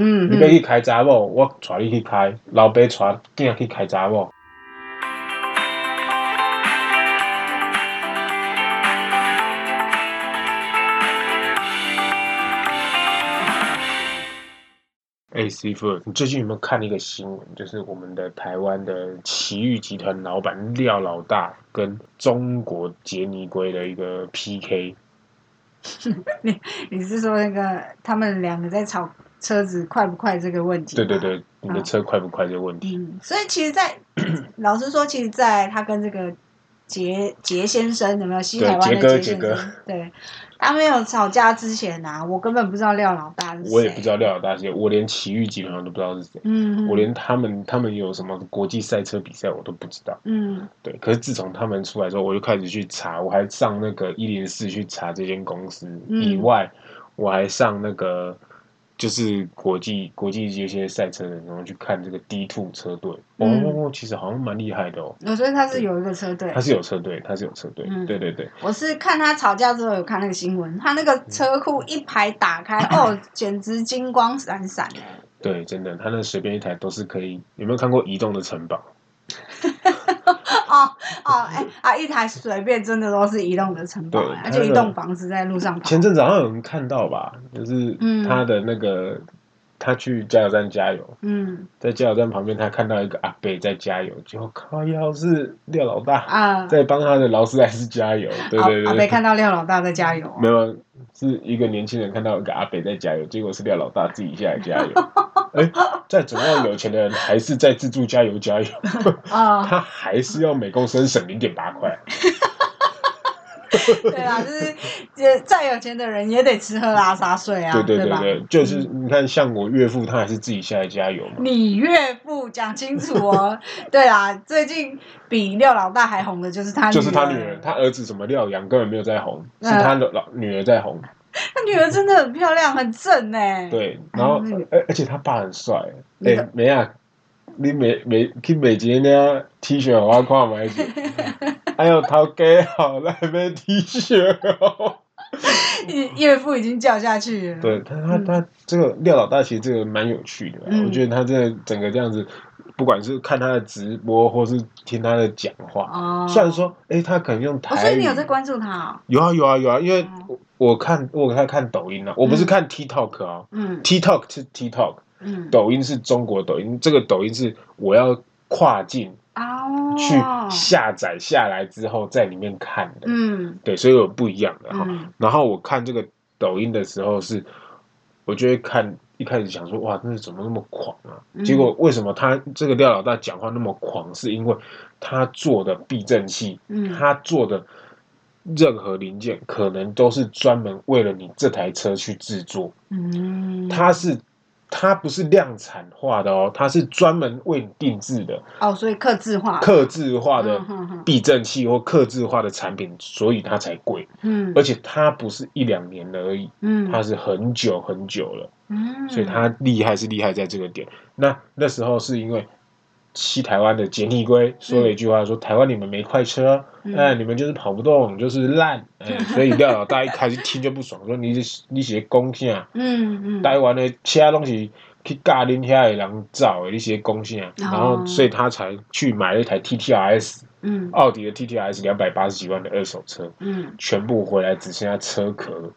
嗯你要去开查某，我带你去开；老爸带囝去开查某。哎、师傅，你最近有没有看一个新闻？就是我们的台湾的奇遇集团老板廖老大跟中国杰尼龟的一个 PK。你是说那个他们两个在吵车子快不快这个问题？对对。对，你的车快不快这个问题？嗯，所以其实在， 老实说，其实，在他跟这个杰杰先生有没有西对台湾杰哥的先杰哥生？对，他没有吵架之前啊，我根本不知道廖老大是谁。我也不知道廖老大是谁，我连奇遇集团都不知道是谁，嗯，嗯，我连他们他们有什么国际赛车比赛我都不知道。嗯对，可是自从他们出来之后，我就开始去查，我还上那个一零四去查这间公司、嗯以外，我还上那个就是国际国际一些赛车的，然后去看这个 D two 车队。嗯哦，其实好像蛮厉害的哦，我所以他是有一个车队他，是有车队，他是有车队，嗯对对对。我是看他吵架之后有看那个新闻，他那个车库一排打 开，哦，简直金光闪闪。对，真的，他那随便一台都是可以。有没有看过《移动的城堡》？哦哦，哎、啊，一台随便真的都是移动的城堡哎对，而且一那个栋房子在路上跑。前阵子好像有人看到吧，就是嗯他的那个，他去加油站加油，嗯在加油站旁边，他看到一个阿伯在加油，结果靠腰是廖老大啊，在帮他的劳斯莱斯加油，对对哦阿对北对，看到廖老大在加油，没有，是一个年轻人看到一个阿伯在加油，结果是廖老大自己下来加油。哎，在怎么样有钱的人还是在自助加油加油，啊，他还是要每公升省零点八块。对啊，就是也再有钱的人也得吃喝拉撒睡啊，对对对吧？对，就是嗯你看，像我岳父他还是自己下来加油嘛。你岳父讲清楚哦，对啊，最近比廖老大还红的就是他，就是他女儿，，他儿子什么廖阳根本没有在红，是嗯他的老女儿在红。他女儿真的很漂亮，很正哎，，对，然后哎嗯而而且他爸很帅，你的哎，没啊，你每每去每一个 T 恤给我看买者， 哎呦，头家哦好来买 T 恤哦。岳父已经叫下去了，对他他嗯他这个廖老大其实这个蛮有趣的啦，啊嗯我觉得他真的整个这样子，不管是看他的直播或是听他的讲话，哦，虽然说，哎，他可能用哦，台语。所以你有在关注他哦，有啊有啊有啊，因为哦我我看我在看抖音啊，我不是嗯看 TikTok 啊、嗯 t i k t o k 是 TikTok，嗯，抖音是中国抖音，这个抖音是我要跨境去哦，下载下来之后在里面看的，嗯对，所以有不一样的哈。嗯然后我看这个抖音的时候是，我就会看一开始想说哇，那怎么那么狂啊？嗯结果为什么他这个廖老大讲话那么狂？是因为他做的避震器嗯，他做的任何零件，可能都是专门为了你这台车去制作。嗯，它是，它不是量产化的哦，它是专门为你定制的、哦，所以克制化，刻制化的嗯哼哼避震器或刻制化的产品，所以它才贵。嗯而且它不是一两年而已，嗯，它是很久很久了。嗯，所以他厉害是厉害在这个点。那那时候是因为西台湾的杰尼龟说了一句话说，台湾你们没快车，嗯哎、你们就是跑不动，就是 烂，哎、所以廖老大一开始听就不爽，说你是你写公啊啥？嗯嗯，台湾的其他东西去教恁遐的人走的，你些公哦啥？然后所以他才去买了一台 TTRS，嗯奥迪的 TTRS 两百八十几万的二手车。嗯全部回来，只剩下车壳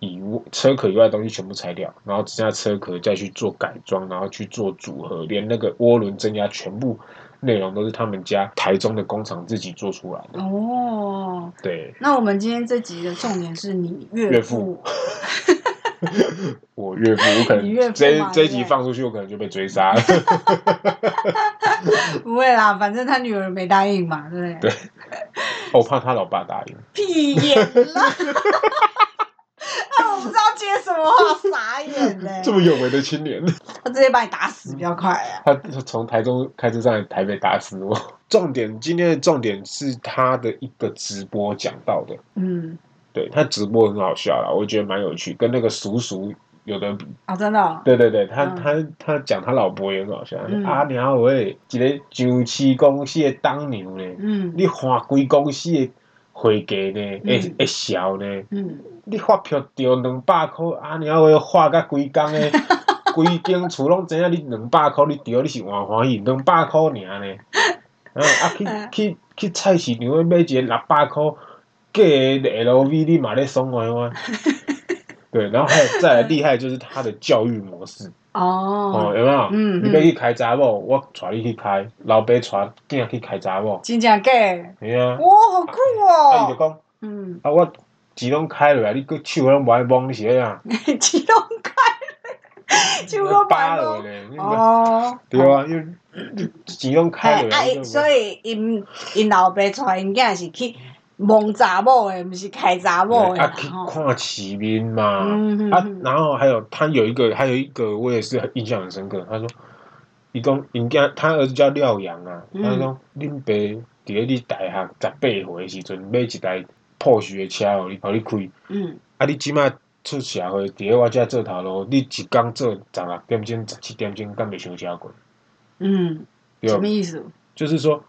以外车壳以外的东西全部拆掉，然后只剩下车壳再去做改装，然后去做组合，连那个涡轮增压全部内容都是他们家台中的工厂自己做出来的。嗯哦，对那我们今天这集的重点是你岳岳父，我岳父，我可你欸岳能父这嘛这对不对一集放出去，我可能就被追杀了。 不会啦，反正他女儿没答应嘛，对不对？对我怕他老爸答应。 屁眼啦！ 啊我不知道接什么话，傻眼嘞！这么有为的青年，他直接把你打死比较快啊！他 从台中开车上来台北打死我。重点，今天的重点是他的一个直播讲到的。嗯，对他直播很好笑啦，我觉得蛮有趣，跟那个叔叔有的比。哦，真的哦，对对对，他、嗯他他讲他老婆也很好笑，嗯阿娘喂，一个上市公司的当牛呢，嗯你花贵公司的会计呢，会嗯会晓呢，嗯，啊你发票着两百块，阿娘喂花甲规工呢，规间厝拢知影你两百箍，你着你是换欢喜，两百箍 尔呢。啊啊去嗯去去菜市场买一个六百箍假的 LV，你嘛咧爽歪 歪。对，然后还有再来厉害就是他的教育模式哦，哦，有没有？嗯你要去开查某，我带你去开，老爸带囝去开查某，真正假的？嘿啊。哇，好酷啊，伊就哦！讲嗯， 啊，我钱拢开落来，你个手拢无爱摸，你是安样？激动开，就我扒白落咯。咧，你哦，对啊，因为你钱拢开嘿，落啊，来，伊所以因因老爸带因囝是去蒙查某的，毋是开查某的啊啦去吼。看起面嘛，哦嗯嗯啊嗯，然后还有他有一个，还有一个我也是很印象很深刻，他说，伊讲因囝他儿子叫廖阳啊，嗯他讲恁爸伫咧你大学十八岁的时阵买一台破许的车哦互你互你开，嗯，啊你即摆出社会伫咧我遮做头路，你一工做十六点钟、十七点钟，敢袂伤超过？嗯，对什吧么？意思？就是说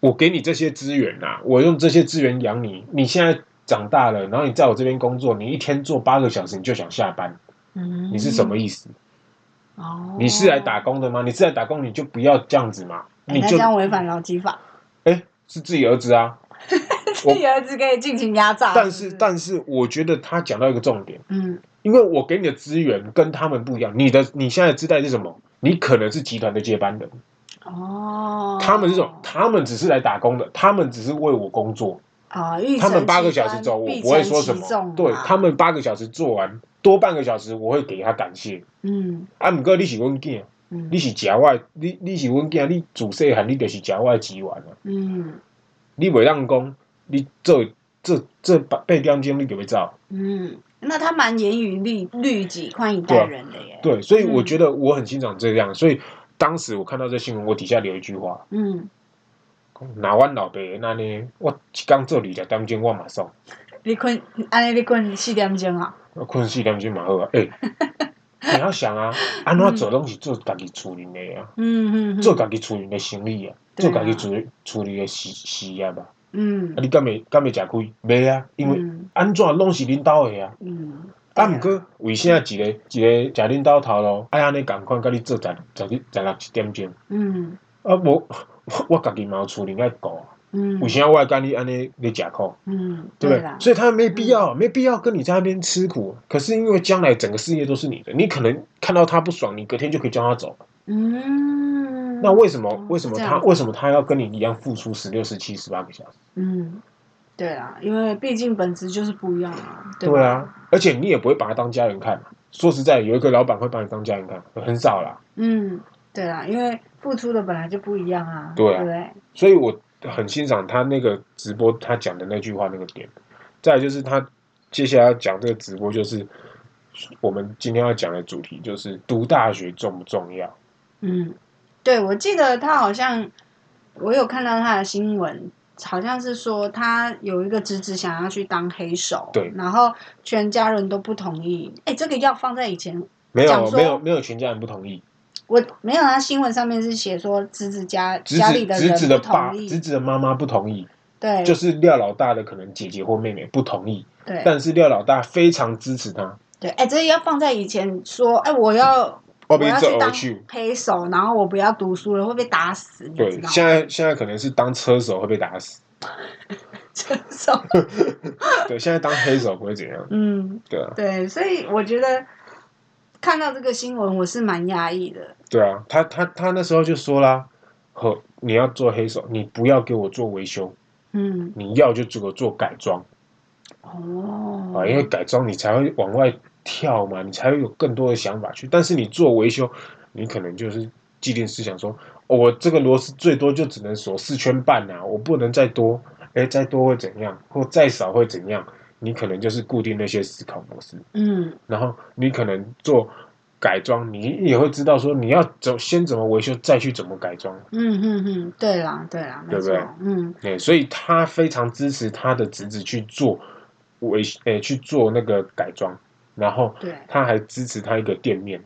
我给你这些资源呐、我用这些资源养你，你现在长大了，然后你在我这边工作，你一天做八个小时，你就想下班，嗯，你是什么？意思？哦，你是来打工的吗？你是来打工，你就不要这样子嘛，哎，你那就这样违反劳基法，哎、是自己儿子啊。 自己儿子可以尽情压榨。但是是不是，但是，我觉得他讲到一个重点，嗯因为我给你的资源跟他们不一样，你的你现在的姿态是什么？你可能是集团的接班人，哦，他们这种，他们只是来打工的，他们只是为我工作，啊， 欲他们成八个其小时端走，我必不会承说其什么重。啊对嘛他们八个小时做完，多半个小时我会给他感谢。嗯啊，毋过你是阮囝，嗯，你是食我的，你你是阮囝，你自细汉你就是食我的资源啊。嗯你袂当讲你做这这八八点钟你就要走。嗯，那他蛮严于律律己、宽以待人的耶。对，所以我嗯觉得我很欣赏这样。所以当时我看到这新闻，我底下留一句话：嗯，拿阮老爸那呢，我一工做二十点钟，我嘛爽，你困，安尼你困四点钟啊？我困四点钟嘛好啊。诶、你要想啊，安怎做拢是做家己处理的啊。嗯嗯，做家己厝里的生意啊，对做啊家己厝厝里的事事业啊，啊嗯你敢会敢会食亏？袂啊，因为嗯安怎拢是恁兜的啊。嗯，啊，对毋过为啥一个一个食恁兜头路，爱安尼共款，甲你做十十日十六七点钟？嗯啊，无 我我家己嘛有厝里爱顾啊，嗯，为啥我要甲你安尼咧食苦？嗯对不对啦？，所以他没必要，没必要跟你在那边吃苦。可是因为将来整个事业都是你的，你可能看到他不爽，你隔天就可以叫他走。嗯，那为什么嗯为什么是这他样为什么他要跟你一样付出十六、十七、十八个小时？嗯，对啦，因为毕竟本质就是不一样啊，吧对，啊，而且你也不会把他当家人看。说实在，有一个老板会把你当家人看，很少啦。嗯，对啦，因为付出的本来就不一样啊，对啊不对？所以我很欣赏他那个直播他讲的那句话那个点。再来就是他接下来要讲这个直播，就是我们今天要讲的主题，就是读大学重不重要？嗯，对，我记得他好像我有看到他的新闻，好像是说他有一个侄子想要去当黑手，对然后全家人都不同意。哎，这个要放在以前，没有讲，说没有，没有，全家人不同意。我没有他新闻上面是写说侄子家侄家子里侄人子不的爸，同侄意，子的妈妈不同意，对，就是廖老大的可能姐姐或妹妹不同意，对但是廖老大非常支持他。对，哎，这个要放在以前说，哎，我要。我我被要嗯这去偶当去。黑手，然后我不要读书了，会被打死，你对知，道吗？ 现在现在可能是当车手会被打死，这种，对，现在当黑手不会怎样，嗯，对啊，对，所以我觉得看到这个新闻，我是蛮压抑的。对啊，他他他那时候就说啦，呵，你要做黑手，你不要给我做维修，嗯，你要就只有做改装哦，啊，因为改装你才会往外跳嘛，你才会有更多的想法去，但是你做维修，你可能就是既定思想说，哦、我这个螺丝最多就只能锁四圈半啊，我不能再多，哎，再多会怎样，或再少会怎样，你可能就是固定那些思考模式。嗯然后你可能做改装，你也会知道说你要怎先怎么维修，再去怎么改装。嗯嗯嗯，对啦对啦，没对不错，对嗯对，所以他非常支持他的侄子去做维，诶、去做那个改装，然后对。他还支持他一个店面。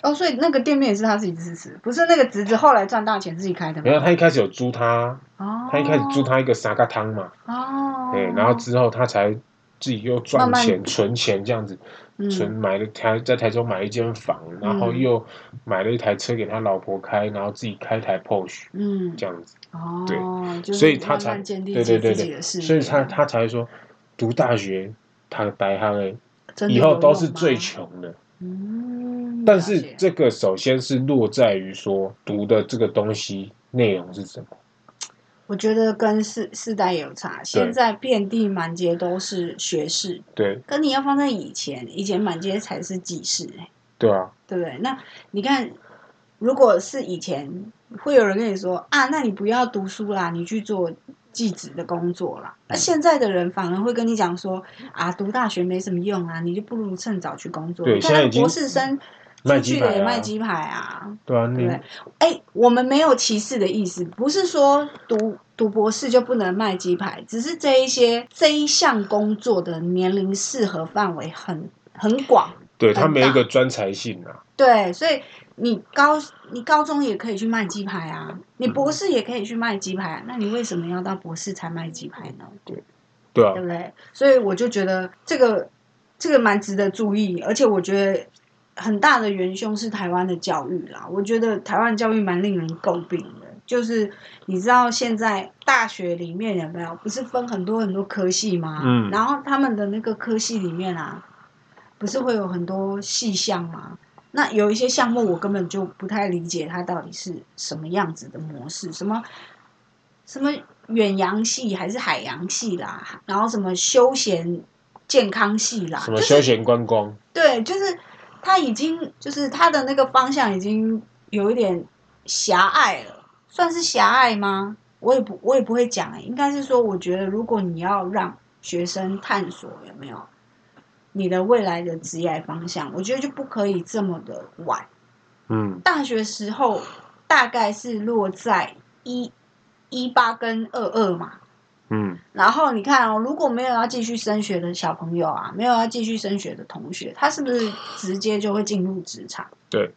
哦，所以那个店面也是他自己支持，不是那个侄子后来赚大钱自己开的然后吗？他一开始有租他，哦，他一开始租他一个沙咖汤嘛，哦，对，然后之后他才自己又赚慢慢钱存钱这样子，存嗯，买了台在台中买了一间房，然后嗯又买了一台车给他老婆开，然后自己开台 Porsche 嗯，这样子，哦，就是所以他慢才慢建立对起对自对己的事对，业，所以他他才会说读大学，他白他的真的以后有都用是吗最，穷的。嗯，但了是解这个首先是落在于说读的这个东西内容是什么，我觉得跟世世代也有差，现在遍地满街都是学士，对跟你要放在以前，以前满街才是技士、欸，对啊，对不对？那你看，如果是以前，会有人跟你说啊，那你不要读书啦，你去做技职的工作啦。嗯那现在的人反而会跟你讲说啊，读大学没什么用啊，你就不如趁早去工作。对你看现在那已经博士生卖出鸡去排了也啊，卖鸡排啊，对啊，对你不对？哎，我们没有歧视的意思，不是说读读博士就不能卖鸡排，只是这一些这一项工作的年龄适合范围很很广。对他很没有一大个专才性啊，对，所以你高你高中也可以去卖鸡排啊，你博士也可以去卖鸡排、啊，那你为什么要到博士才卖鸡排呢？对啊对，不对？所以我就觉得这个这个蛮值得注意，而且我觉得很大的元凶是台湾的教育啦。我觉得台湾教育蛮令人诟病的，就是你知道现在大学里面有没有不是分很多很多科系吗？嗯然后他们的那个科系里面啊，不是会有很多细项吗？那有一些项目我根本就不太理解它到底是什么样子的模式，什么什么远洋系还是海洋系啦，然后什么休闲健康系啦，什么就是休闲观光，对，就是它已经就是它的那个方向已经有一点狭隘了，算是狭隘吗？我也不我也不会讲、欸，应该是说，我觉得如果你要让学生探索有没有你的未来的职业方向，我觉得就不可以这么的晚。嗯，大学时候大概是落在一一八跟二二嘛，嗯，然后你看哦，如果没有要继续升学的小朋友啊，没有要继续升学的同学，他是不是直接就会进入职场？对，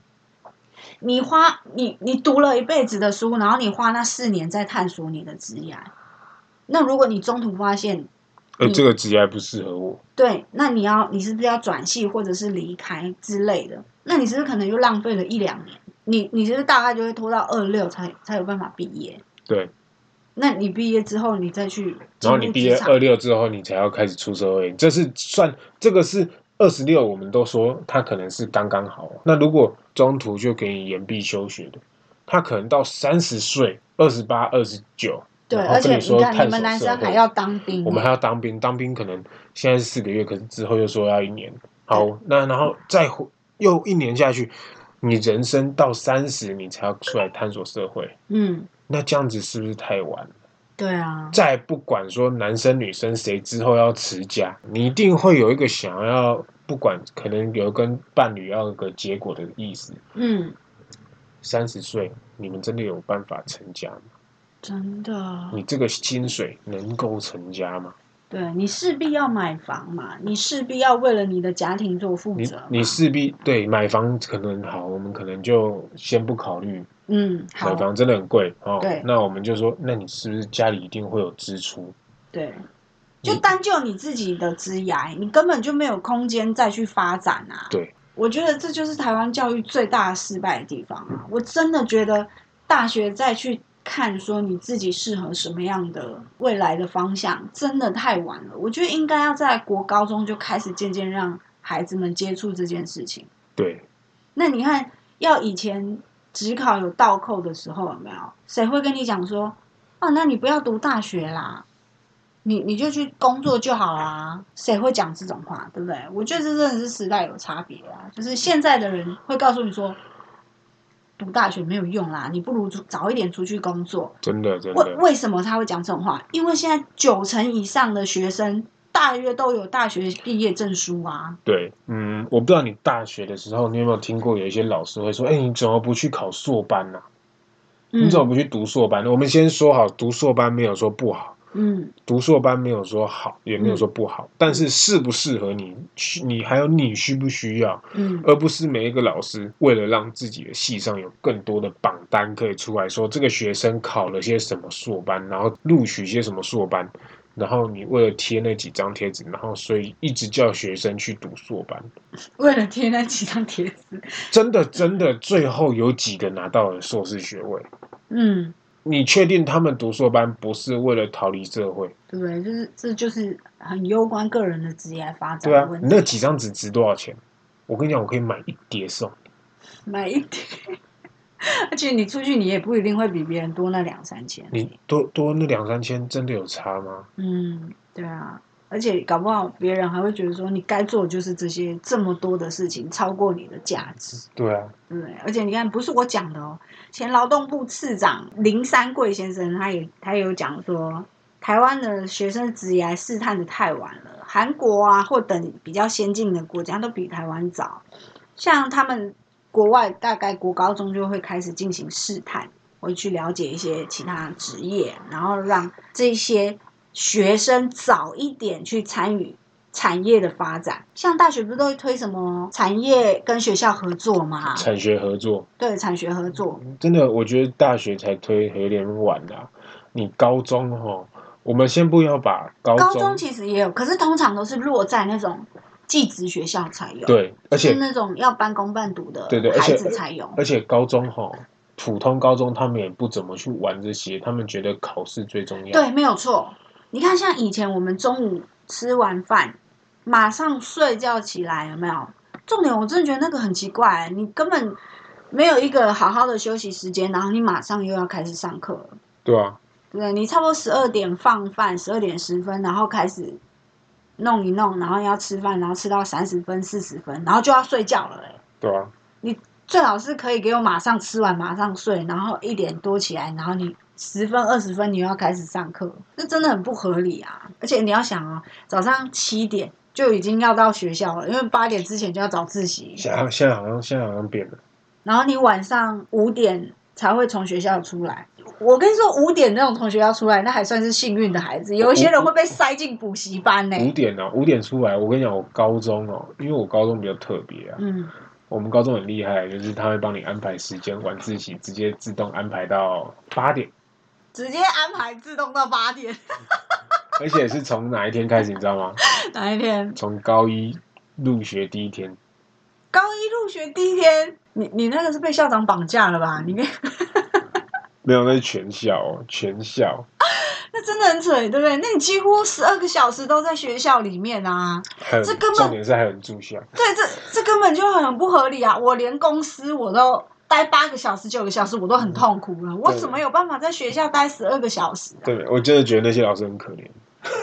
你花你你读了一辈子的书，然后你花那四年在探索你的职业，那如果你中途发现呃，嗯这个职业不适合我，对，那你要你是不是要转系或者是离开之类的？那你是不是可能又浪费了一两年？你你是不是大概就会拖到二六才才有办法毕业？对，那你毕业之后，你再去进入然后你毕业职场二六之后，你才要开始出社会，这是算这个是二十六，我们都说他可能是刚刚好啊。那如果中途就给你延毕休学的，他可能到三十岁，二十八、二十九，对，然后而且跟你你说看，探你索们男社生还会要当兵耶，我们还要当兵，当兵可能现在是四个月，可是之后又说要一年。好，那然后再回又一年下去，你人生到三十，你才要出来探索社会，嗯，那这样子是不是太晚？了？对啊，再不管说男生女生谁之后要持家，你一定会有一个想要，不管可能有跟伴侣要有个结果的意思。嗯，三十岁，你们真的有办法成家吗？真的，你这个薪水能够成家吗？对你势必要买房嘛，你势必要为了你的家庭做负你责嘛，你势必对买房可能好，我们可能就先不考虑，嗯，好买，房真的很贵哦对。那我们就说，那你是不是家里一定会有支出？对，你就单就你自己的职涯，你根本就没有空间再去发展啊。对，我觉得这就是台湾教育最大的失败的地方啊！我真的觉得大学再去看说你自己适合什么样的未来的方向，真的太晚了。我觉得应该要在国高中就开始渐渐让孩子们接触这件事情。对，那你看，要以前只考有倒扣的时候，有没有谁会跟你讲说，啊，那你不要读大学啦，你你就去工作就好啦？谁会讲这种话，对不对？我觉得这真的是时代有差别啊，就是现在的人会告诉你说，读大学没有用啦，你不如出早一点出去工作。真的真为的，为什么他会讲这种话？因为现在九成以上的学生大约都有大学毕业证书啊。对，嗯，我不知道你大学的时候，你有没有听过有一些老师会说，哎，你怎么不去考硕班呢、嗯你怎么不去读硕班呢？我们先说好，读硕班没有说不好，嗯读硕班没有说好，也没有说不好，但是适不适合你，需你还有你需不需要，嗯而不是每一个老师为了让自己的系上有更多的榜单可以出来说，这个学生考了些什么硕班，然后录取些什么硕班，然后你为了贴那几张贴纸，然后所以一直叫学生去读硕班，为了贴那几张贴纸，真的真的，最后有几个拿到了硕士学位。嗯，你确定他们读硕班不是为了逃离社会？对不对？就是这就是很攸关个人的职业发展对啊的，问你题。那几张纸值多少钱？我跟你讲，我可以买一叠送。买一点，而且你出去你也不一定会比别人多那两三千。你多多那两三千，真的有差吗？嗯，对啊，而且搞不好别人还会觉得说你该做的就是这些这么多的事情超过你的价值，对啊，对不对？而且你看，不是我讲的哦，前劳动部次长林三贵先生他也他也有讲说，台湾的学生职涯试探的太晚了，韩国啊或等比较先进的国家都比台湾早，像他们国外大概国高中就会开始进行试探，会去了解一些其他职业，然后让这些学生早一点去参与产业的发展。像大学不是都会推什么产业跟学校合作吗？产学合作对，产学合作，真的，我觉得大学才推有点晚啦、你高中哈，我们先不要把高高中中其实也有，可是通常都是落在那种技职学校才有，，对，就而是且那种要半工半读的对对而孩且子才有。而且高中哈，普通高中他们也不怎么去玩这些，他们觉得考试最重要。对，没有错。你看，像以前我们中午吃完饭，马上睡觉起来，有没有？重点我真的觉得那个很奇怪、欸你根本没有一个好好的休息时间，然后你马上又要开始上课了，对啊，对不对？你差不多十二点放饭，十二点十分，然后开始弄一弄，然后要吃饭，然后吃到三十分、四十分，然后就要睡觉了、欸，对啊，最好是可以给我马上吃完马上睡，然后一点多起来，然后你十分二十分你又要开始上课，这真的很不合理啊！而且你要想啊，早上七点就已经要到学校了，因为八点之前就要早自习，现在现在好像现在好像变了，然后你晚上五点才会从学校出来。我跟你说，五点那种从学校出来，那还算是幸运的孩子，有一些人会被塞进补习班呢、五点哦，五点出来。我跟你讲，我高中哦，因为我高中比较特别啊，嗯，我们高中很厉害，就是他会帮你安排时间，晚自习直接自动安排到八点，直接安排自动到八点 而且是从哪一天开始，你知道吗？哪一天？从高一入学第一天，高一入学第一天，你你那个是被校长绑架了吧？你跟 没有，那是全校哦，全校。那真的很扯，对不对？那你几乎十二个小时都在学校里面啊，还有这根本重点是还有人住校，对，这这根本就很不合理啊！我连公司我都待八个小时、九个小时，我都很痛苦了，我对怎么有办法在学校待十二个小时啊？对我真的觉得那些老师很可怜。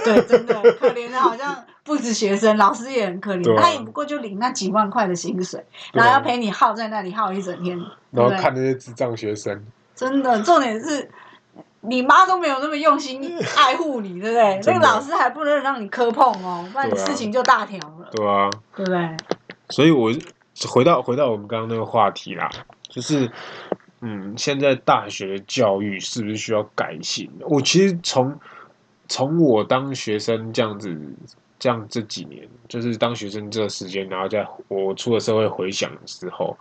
对，真的很可怜的，好像不止学生，老师也很可对怜，啊他也不过就领那几万块的薪水，对然啊后要陪你耗在那里耗一整天，然对后不对？看那些智障学生，真的，重点是你妈都没有那么用心爱护你，对不对？那 真的个老师还不能让你磕碰哦，不然你对啊事情就大条了，对啊，对不对？所以我回到回到我们刚刚那个话题啦，就是嗯，现在大学的教育是不是需要改进？我其实从从我当学生这样子，这样这几年，就是当学生这个时间，然后在我出了社会回想的时候，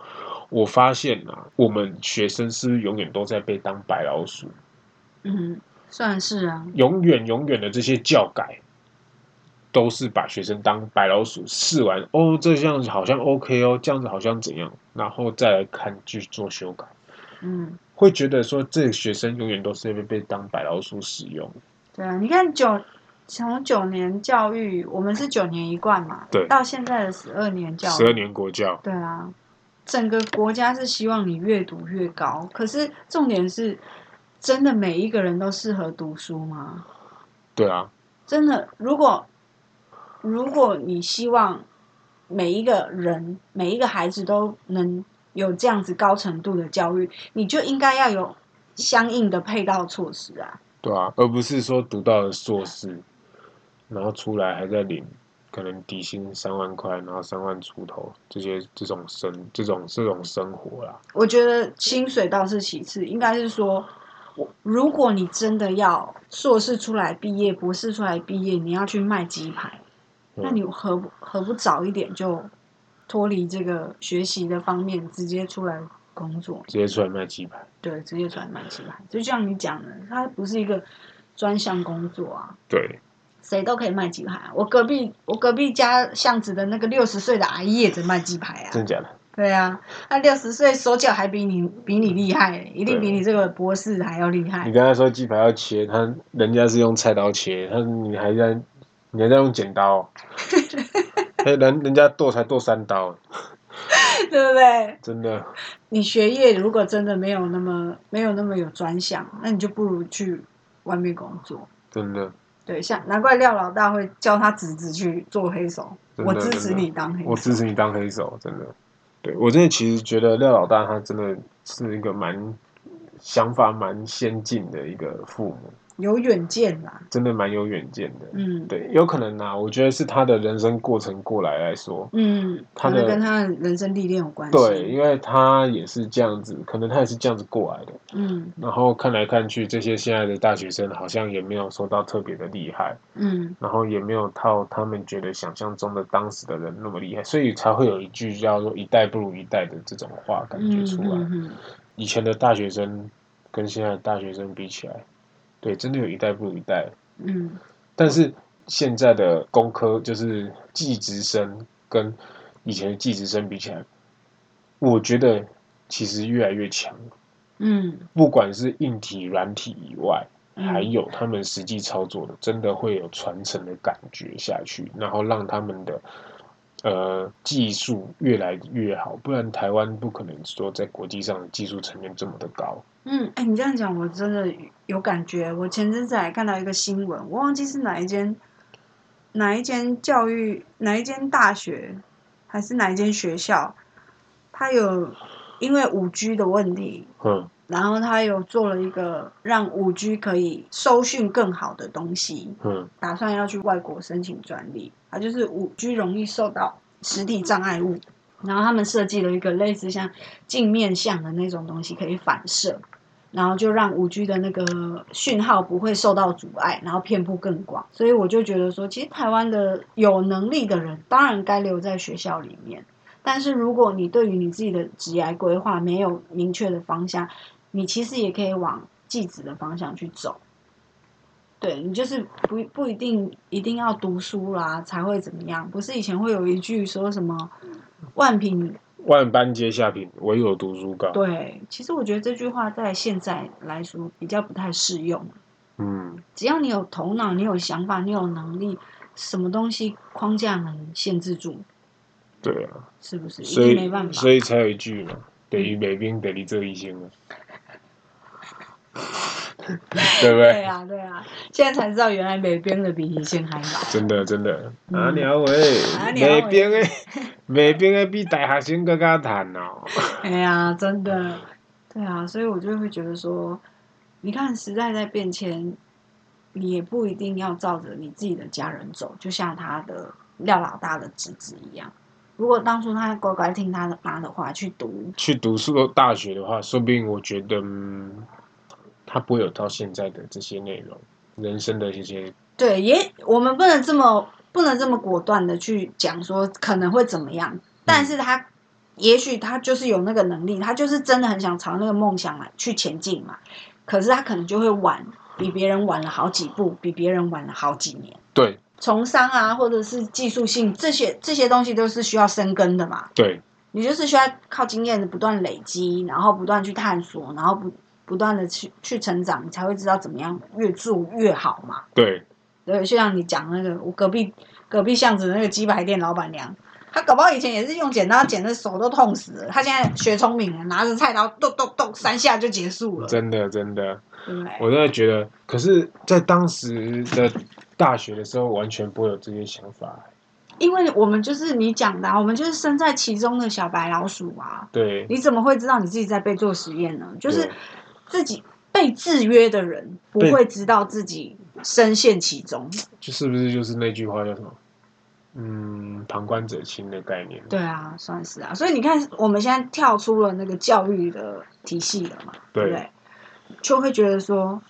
我发现啊，我们学生是不是永远都在被当白老鼠？嗯，算是啊，永远永远的这些教改，都是把学生当白老鼠试完哦，这样子好像 OK 哦，这样子好像怎样，然后再来看去做修改，嗯，会觉得说这个学生永远都是被被当白老鼠使用。对啊，你看九从九年教育，我们是九年一贯嘛，对到现在的十二年教十二育，年国教，对啊，整个国家是希望你越读越高，可是重点是，真的每一个人都适合读书吗？对啊，真的，如果如果你希望每一个人、每一个孩子都能有这样子高程度的教育，你就应该要有相应的配套措施啊。对啊，而不是说读到了硕士，然后出来还在领。可能底薪三万块，然后三万出头，这些这种生这种这种生活啦，我觉得薪水倒是其次，应该是说，我如果你真的要硕士出来毕业、博士出来毕业，你要去卖鸡排，嗯那你何不何不早一点就脱离这个学习的方面，直接出来工作？直接出来卖鸡排。对，职业转卖起来，就像你讲的，它不是一个专项工作啊。对，谁都可以卖鸡排、啊。我隔壁我隔壁家巷子的那个六十岁的阿姨也在卖鸡排啊。真假的？对啊，那六十岁手脚还比你比你厉害、一定比你这个博士还要厉害你。跟他说鸡排要切，他人家是用菜刀切，他你还在你还在用剪刀、 哦，哎人人家剁才剁三刀，对不对？真的你学业如果真的没有那么没有那么有专项，那你就不如去外面工作。真的，对，像难怪廖老大会叫他侄子去做黑手，真的我支持真的你当黑我手。支持你当黑手，真的。对我真的其实觉得廖老大他真的是一个蛮想法蛮先进的一个父母，有远见啦，真的蛮有远见的。嗯对，有可能啊，我觉得是他的人生过程过来来说，嗯，他可的能跟他的人生历练有关系。对，，因为他也是这样子，可能他也是这样子过来的。嗯然后看来看去，这些现在的大学生好像也没有说到特别的厉害，嗯然后也没有到他们觉得想象中的当时的人那么厉害，所以才会有一句叫做“一代不如一代”的这种话感觉嗯出来。嗯以前的大学生跟现在的大学生比起来，对，真的有一代不如一代。嗯但是现在的工科就是技职生跟以前的技职生比起来，我觉得其实越来越强，嗯不管是硬体、软体以外。嗯，还有他们实际操作的，真的会有传承的感觉下去，然后让他们的呃技术越来越好，不然台湾不可能说在国际上的技术层面这么的高。嗯，哎、你这样讲，我真的有感觉。我前阵子还看到一个新闻，我忘记是哪一间，哪一间教育，哪一间大学，还是哪一间学校，它有因为五 G 的问题，嗯然后它有做了一个让五 G 可以收讯更好的东西，嗯打算要去外国申请专利。它就是五 G 容易受到实体障碍物，然后他们设计了一个类似像镜面像的那种东西，可以反射，然后就让五 G 的那个讯号不会受到阻碍，然后遍布更广。所以我就觉得说，其实台湾的有能力的人，当然该留在学校里面。但是如果你对于你自己的职业规划没有明确的方向，你其实也可以往继子的方向去走。对你就是不不一定一定要读书啦才会怎么样，不是以前会有一句说什么“万品万般皆下品，唯有读书高。对”，其实我觉得这句话在现在来说比较不太适用。嗯，只要你有头脑，你有想法，你有能力，什么东西框架能限制住，对啊，是不是？一所定没办以法嗯所。以才有一句嘛，得于北冰，得离这一心 啊嘛，对不对对？啊，对啊，现在才知道原来美编的比以前还老。真的真的，嗯阿鸟喂阿，娘喂卖冰 的卖冰的比大学生更加赚哦。哎呀，真的，对啊，所以我就会觉得说，你看时代在变迁，你也不一定要照着你自己的家人走，就像他的廖老大的侄子一样。如果当初他乖乖听他的妈的话去读，去读书大学的话，说不定我觉得、嗯、他不会有到现在的这些内容，人生的这些对，也我们不能这么不能这么果断的去讲说可能会怎么样，但是他。也许他就是有那个能力，他就是真的很想朝那个梦想来去前进嘛。可是他可能就会晚，比别人晚了好几步，比别人晚了好几年。对从商啊，或者是技术性这些这些东西都是需要生根的嘛。对你就是需要靠经验的不断累积，然后不断去探索，然后不不断的去去成长，你才会知道怎么样越做越好嘛。对，对，就像你讲那个，我隔壁隔壁巷子那个鸡排店老板娘，她搞不好以前也是用剪刀剪的手都痛死了，她现在学聪明了，拿着菜刀咚咚咚三下就结束了，对真的真的，不对？我真的觉得，可是，在当时的大学的时候，完全不会有这些想法。因为我们就是你讲的、啊，我们就是身在其中的小白老鼠啊。对，你怎么会知道你自己在被做实验呢？就是对自己被制约的人不对会知道自己深陷其中。就是不是就是那句话叫什么？嗯，旁观者清的概念。对啊，算是啊。所以你看，我们现在跳出了那个教育的体系了嘛，对不对对？就会觉得说，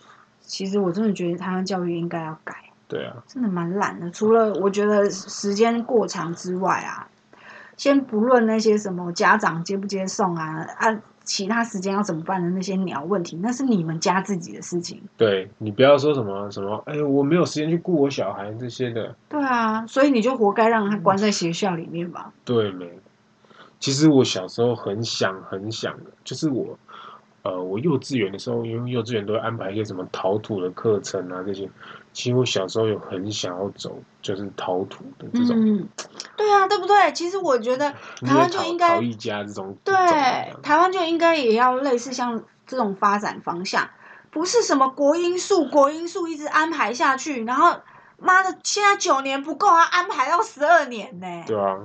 其实我真的觉得台湾教育应该要改，对啊，真的蛮懒的。除了我觉得时间过长之外啊，先不论那些什么家长接不接送啊啊。其他时间要怎么办的那些鸟问题，那是你们家自己的事情。对你不要说什么什么，哎，我没有时间去顾我小孩这些的，对啊，所以你就活该让他关在学校里面吧。对没？其实我小时候很想很想的，就是我，呃，我幼稚园的时候，因为幼稚园都会安排一些什么陶土的课程啊这些，其实我小时候有很想要走就是陶土的这种，嗯，对啊，对不对？其实我觉得你台也湾就陶应该陶艺家这种，对这种的，台湾就应该也要类似像这种发展方向，不是什么国因素，国因素一直安排下去，然后妈的，现在九年不够，还啊安排到十二年呢、对啊，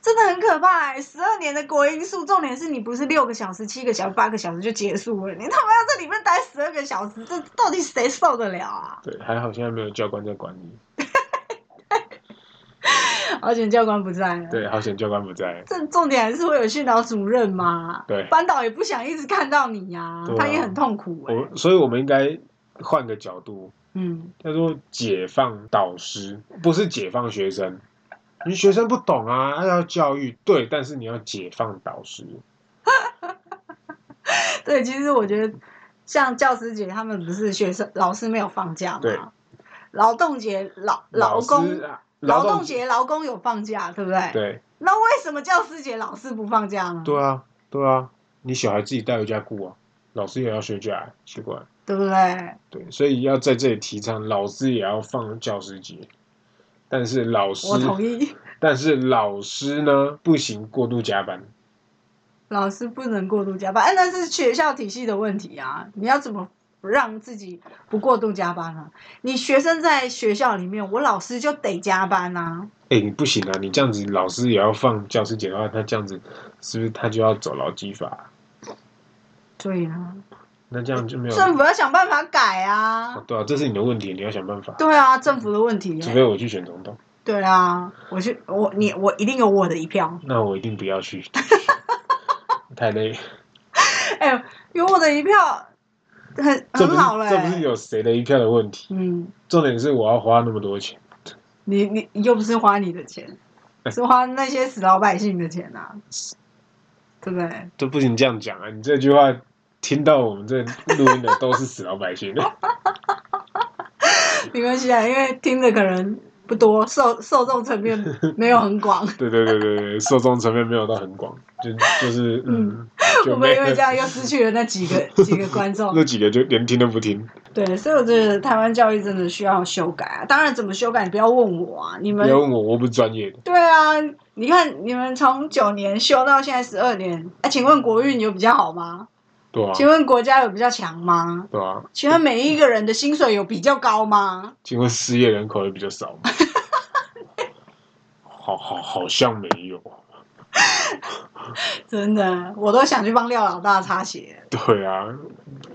真的很可怕、欸。十二年的国因素，重点是你不是六个小时、七个小时、八个小时就结束了，你他妈要在里面待十二个小时，这到底谁受得了啊？对，还好现在没有教官在管理，而且教官不在了。对，好险教官不在，这重点还是会有训导主任嘛，对班导也不想一直看到你呀、对啊他也很痛苦哎、我所以我们应该换个角度，嗯，叫做解放导师，不是解放学生。你学生不懂啊，要教育对，但是你要解放导师，对，其实我觉得像教师节，他们不是学生老师没有放假对吗？劳动节劳劳老师工啊劳劳动节劳工有放假，对不对？对那为什么教师节老师不放假呢？对啊对啊，你小孩自己带回家顾啊，老师也要休假，奇怪。对不对？对，所以要在这里提倡，老师也要放教师节，但是老师我同意，但是老师呢不行过度加班，老师不能过度加班，哎，那是学校体系的问题啊！你要怎么让自己不过度加班呢、你学生在学校里面，我老师就得加班啊。哎、你不行啊！你这样子，老师也要放教师节的话，他这样子是不是他就要走劳基法？对啊，那这样就没有、政府要想办法改啊哦。对啊，这是你的问题，你要想办法。对啊，政府的问题、除非我去选总统，对啊，我去，我你我一定有我的一票。那我一定不要去，太累。哎、有我的一票，很这不很是好嘞、哎这不是有谁的一票的问题，嗯，重点是我要花那么多钱。你你又不是花你的钱，哎是花那些死老百姓的钱啊，对不对？这不行，这样讲啊！你这句话听到我们这录音的都是死老百姓。没关系啊，因为听的可能不多，受受众层 面没有很广。 对对对对对，受众层面没有到很广，就就是嗯，会就不会没因为这样又失去了那几 个几个观众？那几个就连听都不听。对，所以我觉得台湾教育真的需要修改啊。当然，怎么修改你不要问我啊，你不们要问我，我不是专业的。对啊，你看你们从九年修到现在十二年，啊，请问国运有比较好吗？对啊，请问国家有比较强吗？对啊，请问每一个人的薪水有比较高吗？请问失业人口也比较少吗？ 好好好像没有。真的，我都想去帮廖老大擦 鞋。对啊，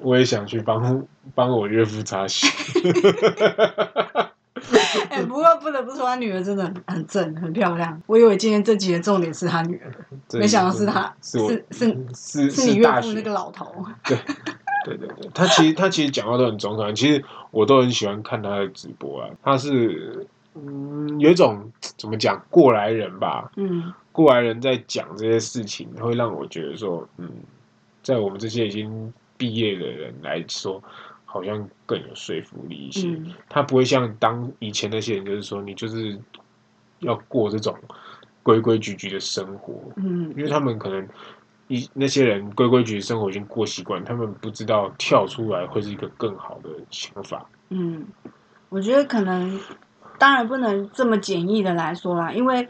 我也想去帮帮我岳父 擦鞋。哎、不过不得不说，他女儿真的很很正，很漂亮。我以为今天这集的重点是他女儿，没想到是他，是我是是是是你岳大父学那个老头。对对对对，他其实他其实讲话都很中肯，其实我都很喜欢看他的直播啊。他是嗯，有一种怎么讲过来人吧，嗯，过来人在讲这些事情，会让我觉得说，嗯，在我们这些已经毕业的人来说，好像更有说服力一些。嗯他不会像当以前那些人，就是说你就是要过这种规规矩矩的生活，嗯，因为他们可能一那些人规规矩矩生活已经过习惯，他们不知道跳出来会是一个更好的想法。嗯，我觉得可能，当然不能这么简易的来说啦，因为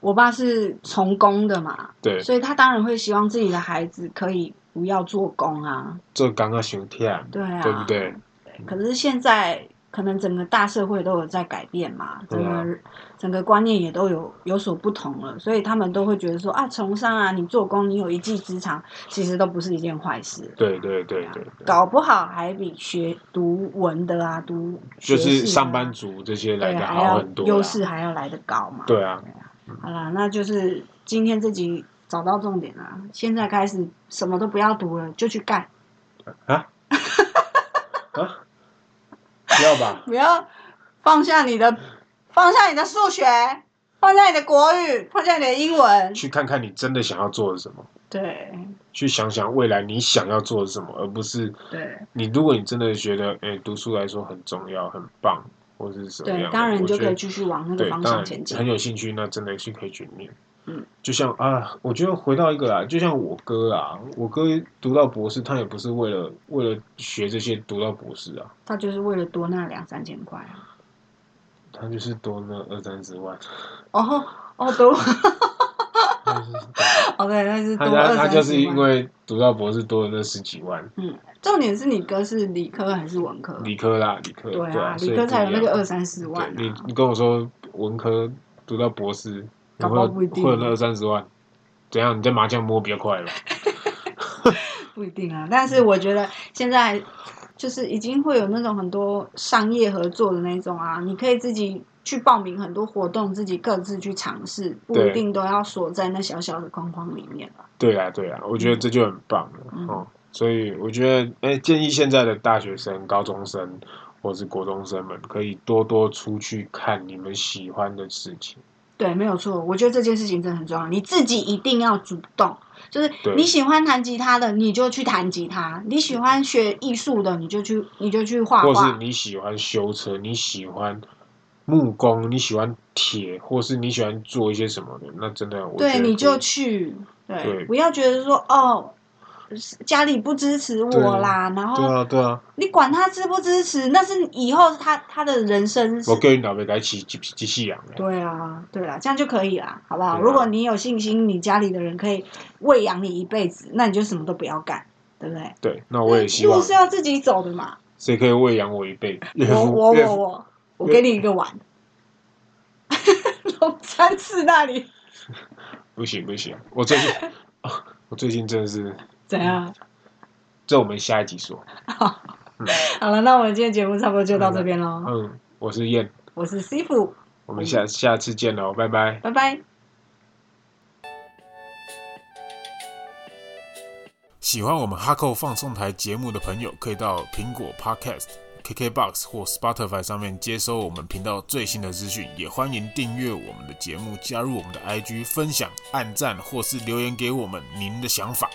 我爸是从工的嘛，对，所以他当然会希望自己的孩子可以不要做工啊，这刚刚想听，对啊，对不对？可是现在可能整个大社会都有在改变嘛，整对个、啊整个观念也都有有所不同了，所以他们都会觉得说啊，从商啊，你做工，你有一技之长，其实都不是一件坏事。对对对啊对，对搞不好还比学读文的啊，读学就是士啊上班族这些来对啊的还好要很多啦，优势还要来得高嘛。对啊，好啦，那就是今天这集找到重点啦，现在开始什么都不要读了，就去干，啊啊，不要吧？不要放下你的，放下你的数学，放下你的国语，放下你的英文。去看看你真的想要做的什么。对，去想想未来你想要做什么，而不是对你如果你真的觉得，哎、读书来说很重要、很棒，或是什么对样，的，当然你我就觉可以得继续往那个对，方当向然前进很。有兴趣，那真的是可以去念。嗯，就像啊，我觉得回到一个啦，就像我哥啊，我哥读到博士，他也不是为了为了学这些读到博士啊，他就是为了多那两三千块啊！他就是多那二三十万，哦哦， 多他就是哦对，那是他多他二他三就是十因万。为读到博士多了那十几万，重点是你哥是理科还是文科？理科啦，理科对啊，啊，所理以科才有那不一个样二三十万对你啊！你跟我说文科读到博士，你搞不会好有不一定会有那二三十万，怎样？你在麻将摸比较 快了，不一定啊，但是嗯我觉得现在就是已经会有那种很多商业合作的那种啊，你可以自己去报名很多活动，自己各自去尝试，不对一定都要锁在那小小的框框里面啊了。对啦对啦，啊我觉得这就很棒了、嗯哦。所以我觉得，哎、建议现在的大学生、高中生或是国中生们，可以多多出去看你们喜欢的事情。对，没有错，我觉得这件事情真的很重要，你自己一定要主动。就是对你喜欢弹吉他的，你就去弹吉他；你喜欢学艺术的，你就去你就去画或是画。你喜欢修车，你喜欢木工，你喜欢铁，或是你喜欢做一些什么的，那真的我觉对，得你可就以去。对，对不要觉得说哦，家里不支持我啦，然后对啊对啊，你管他支不支持，那是以后他他的人生是我。叫你老爸该起几几夕阳的，对啊，对啦，这样就可以啦，好不好？对啊如果你有信心，你家里的人可以喂养你一辈子，那你就什么都不要干，对不对？对，那我也希望路哎是要自己走的嘛。谁可以喂养 我一辈子？岳我父我岳我父我，我给你一个碗。 龙山寺那里 不行不行，我最近啊我最近真的是，怎样？这我们下一集说。好了，那我们今天节目差不多就到这边喽。嗯，我是燕，我是 C 傅，我们嗯下下次见喽，拜拜。拜拜。喜欢我们哈扣放送台节目的朋友，可以到苹果 Podcast、KKBox 或 Spotify 上面接收我们频道最新的资讯。也欢迎订阅我们的节目，加入我们的 IG，分享、按赞或是留言给我们您的想法。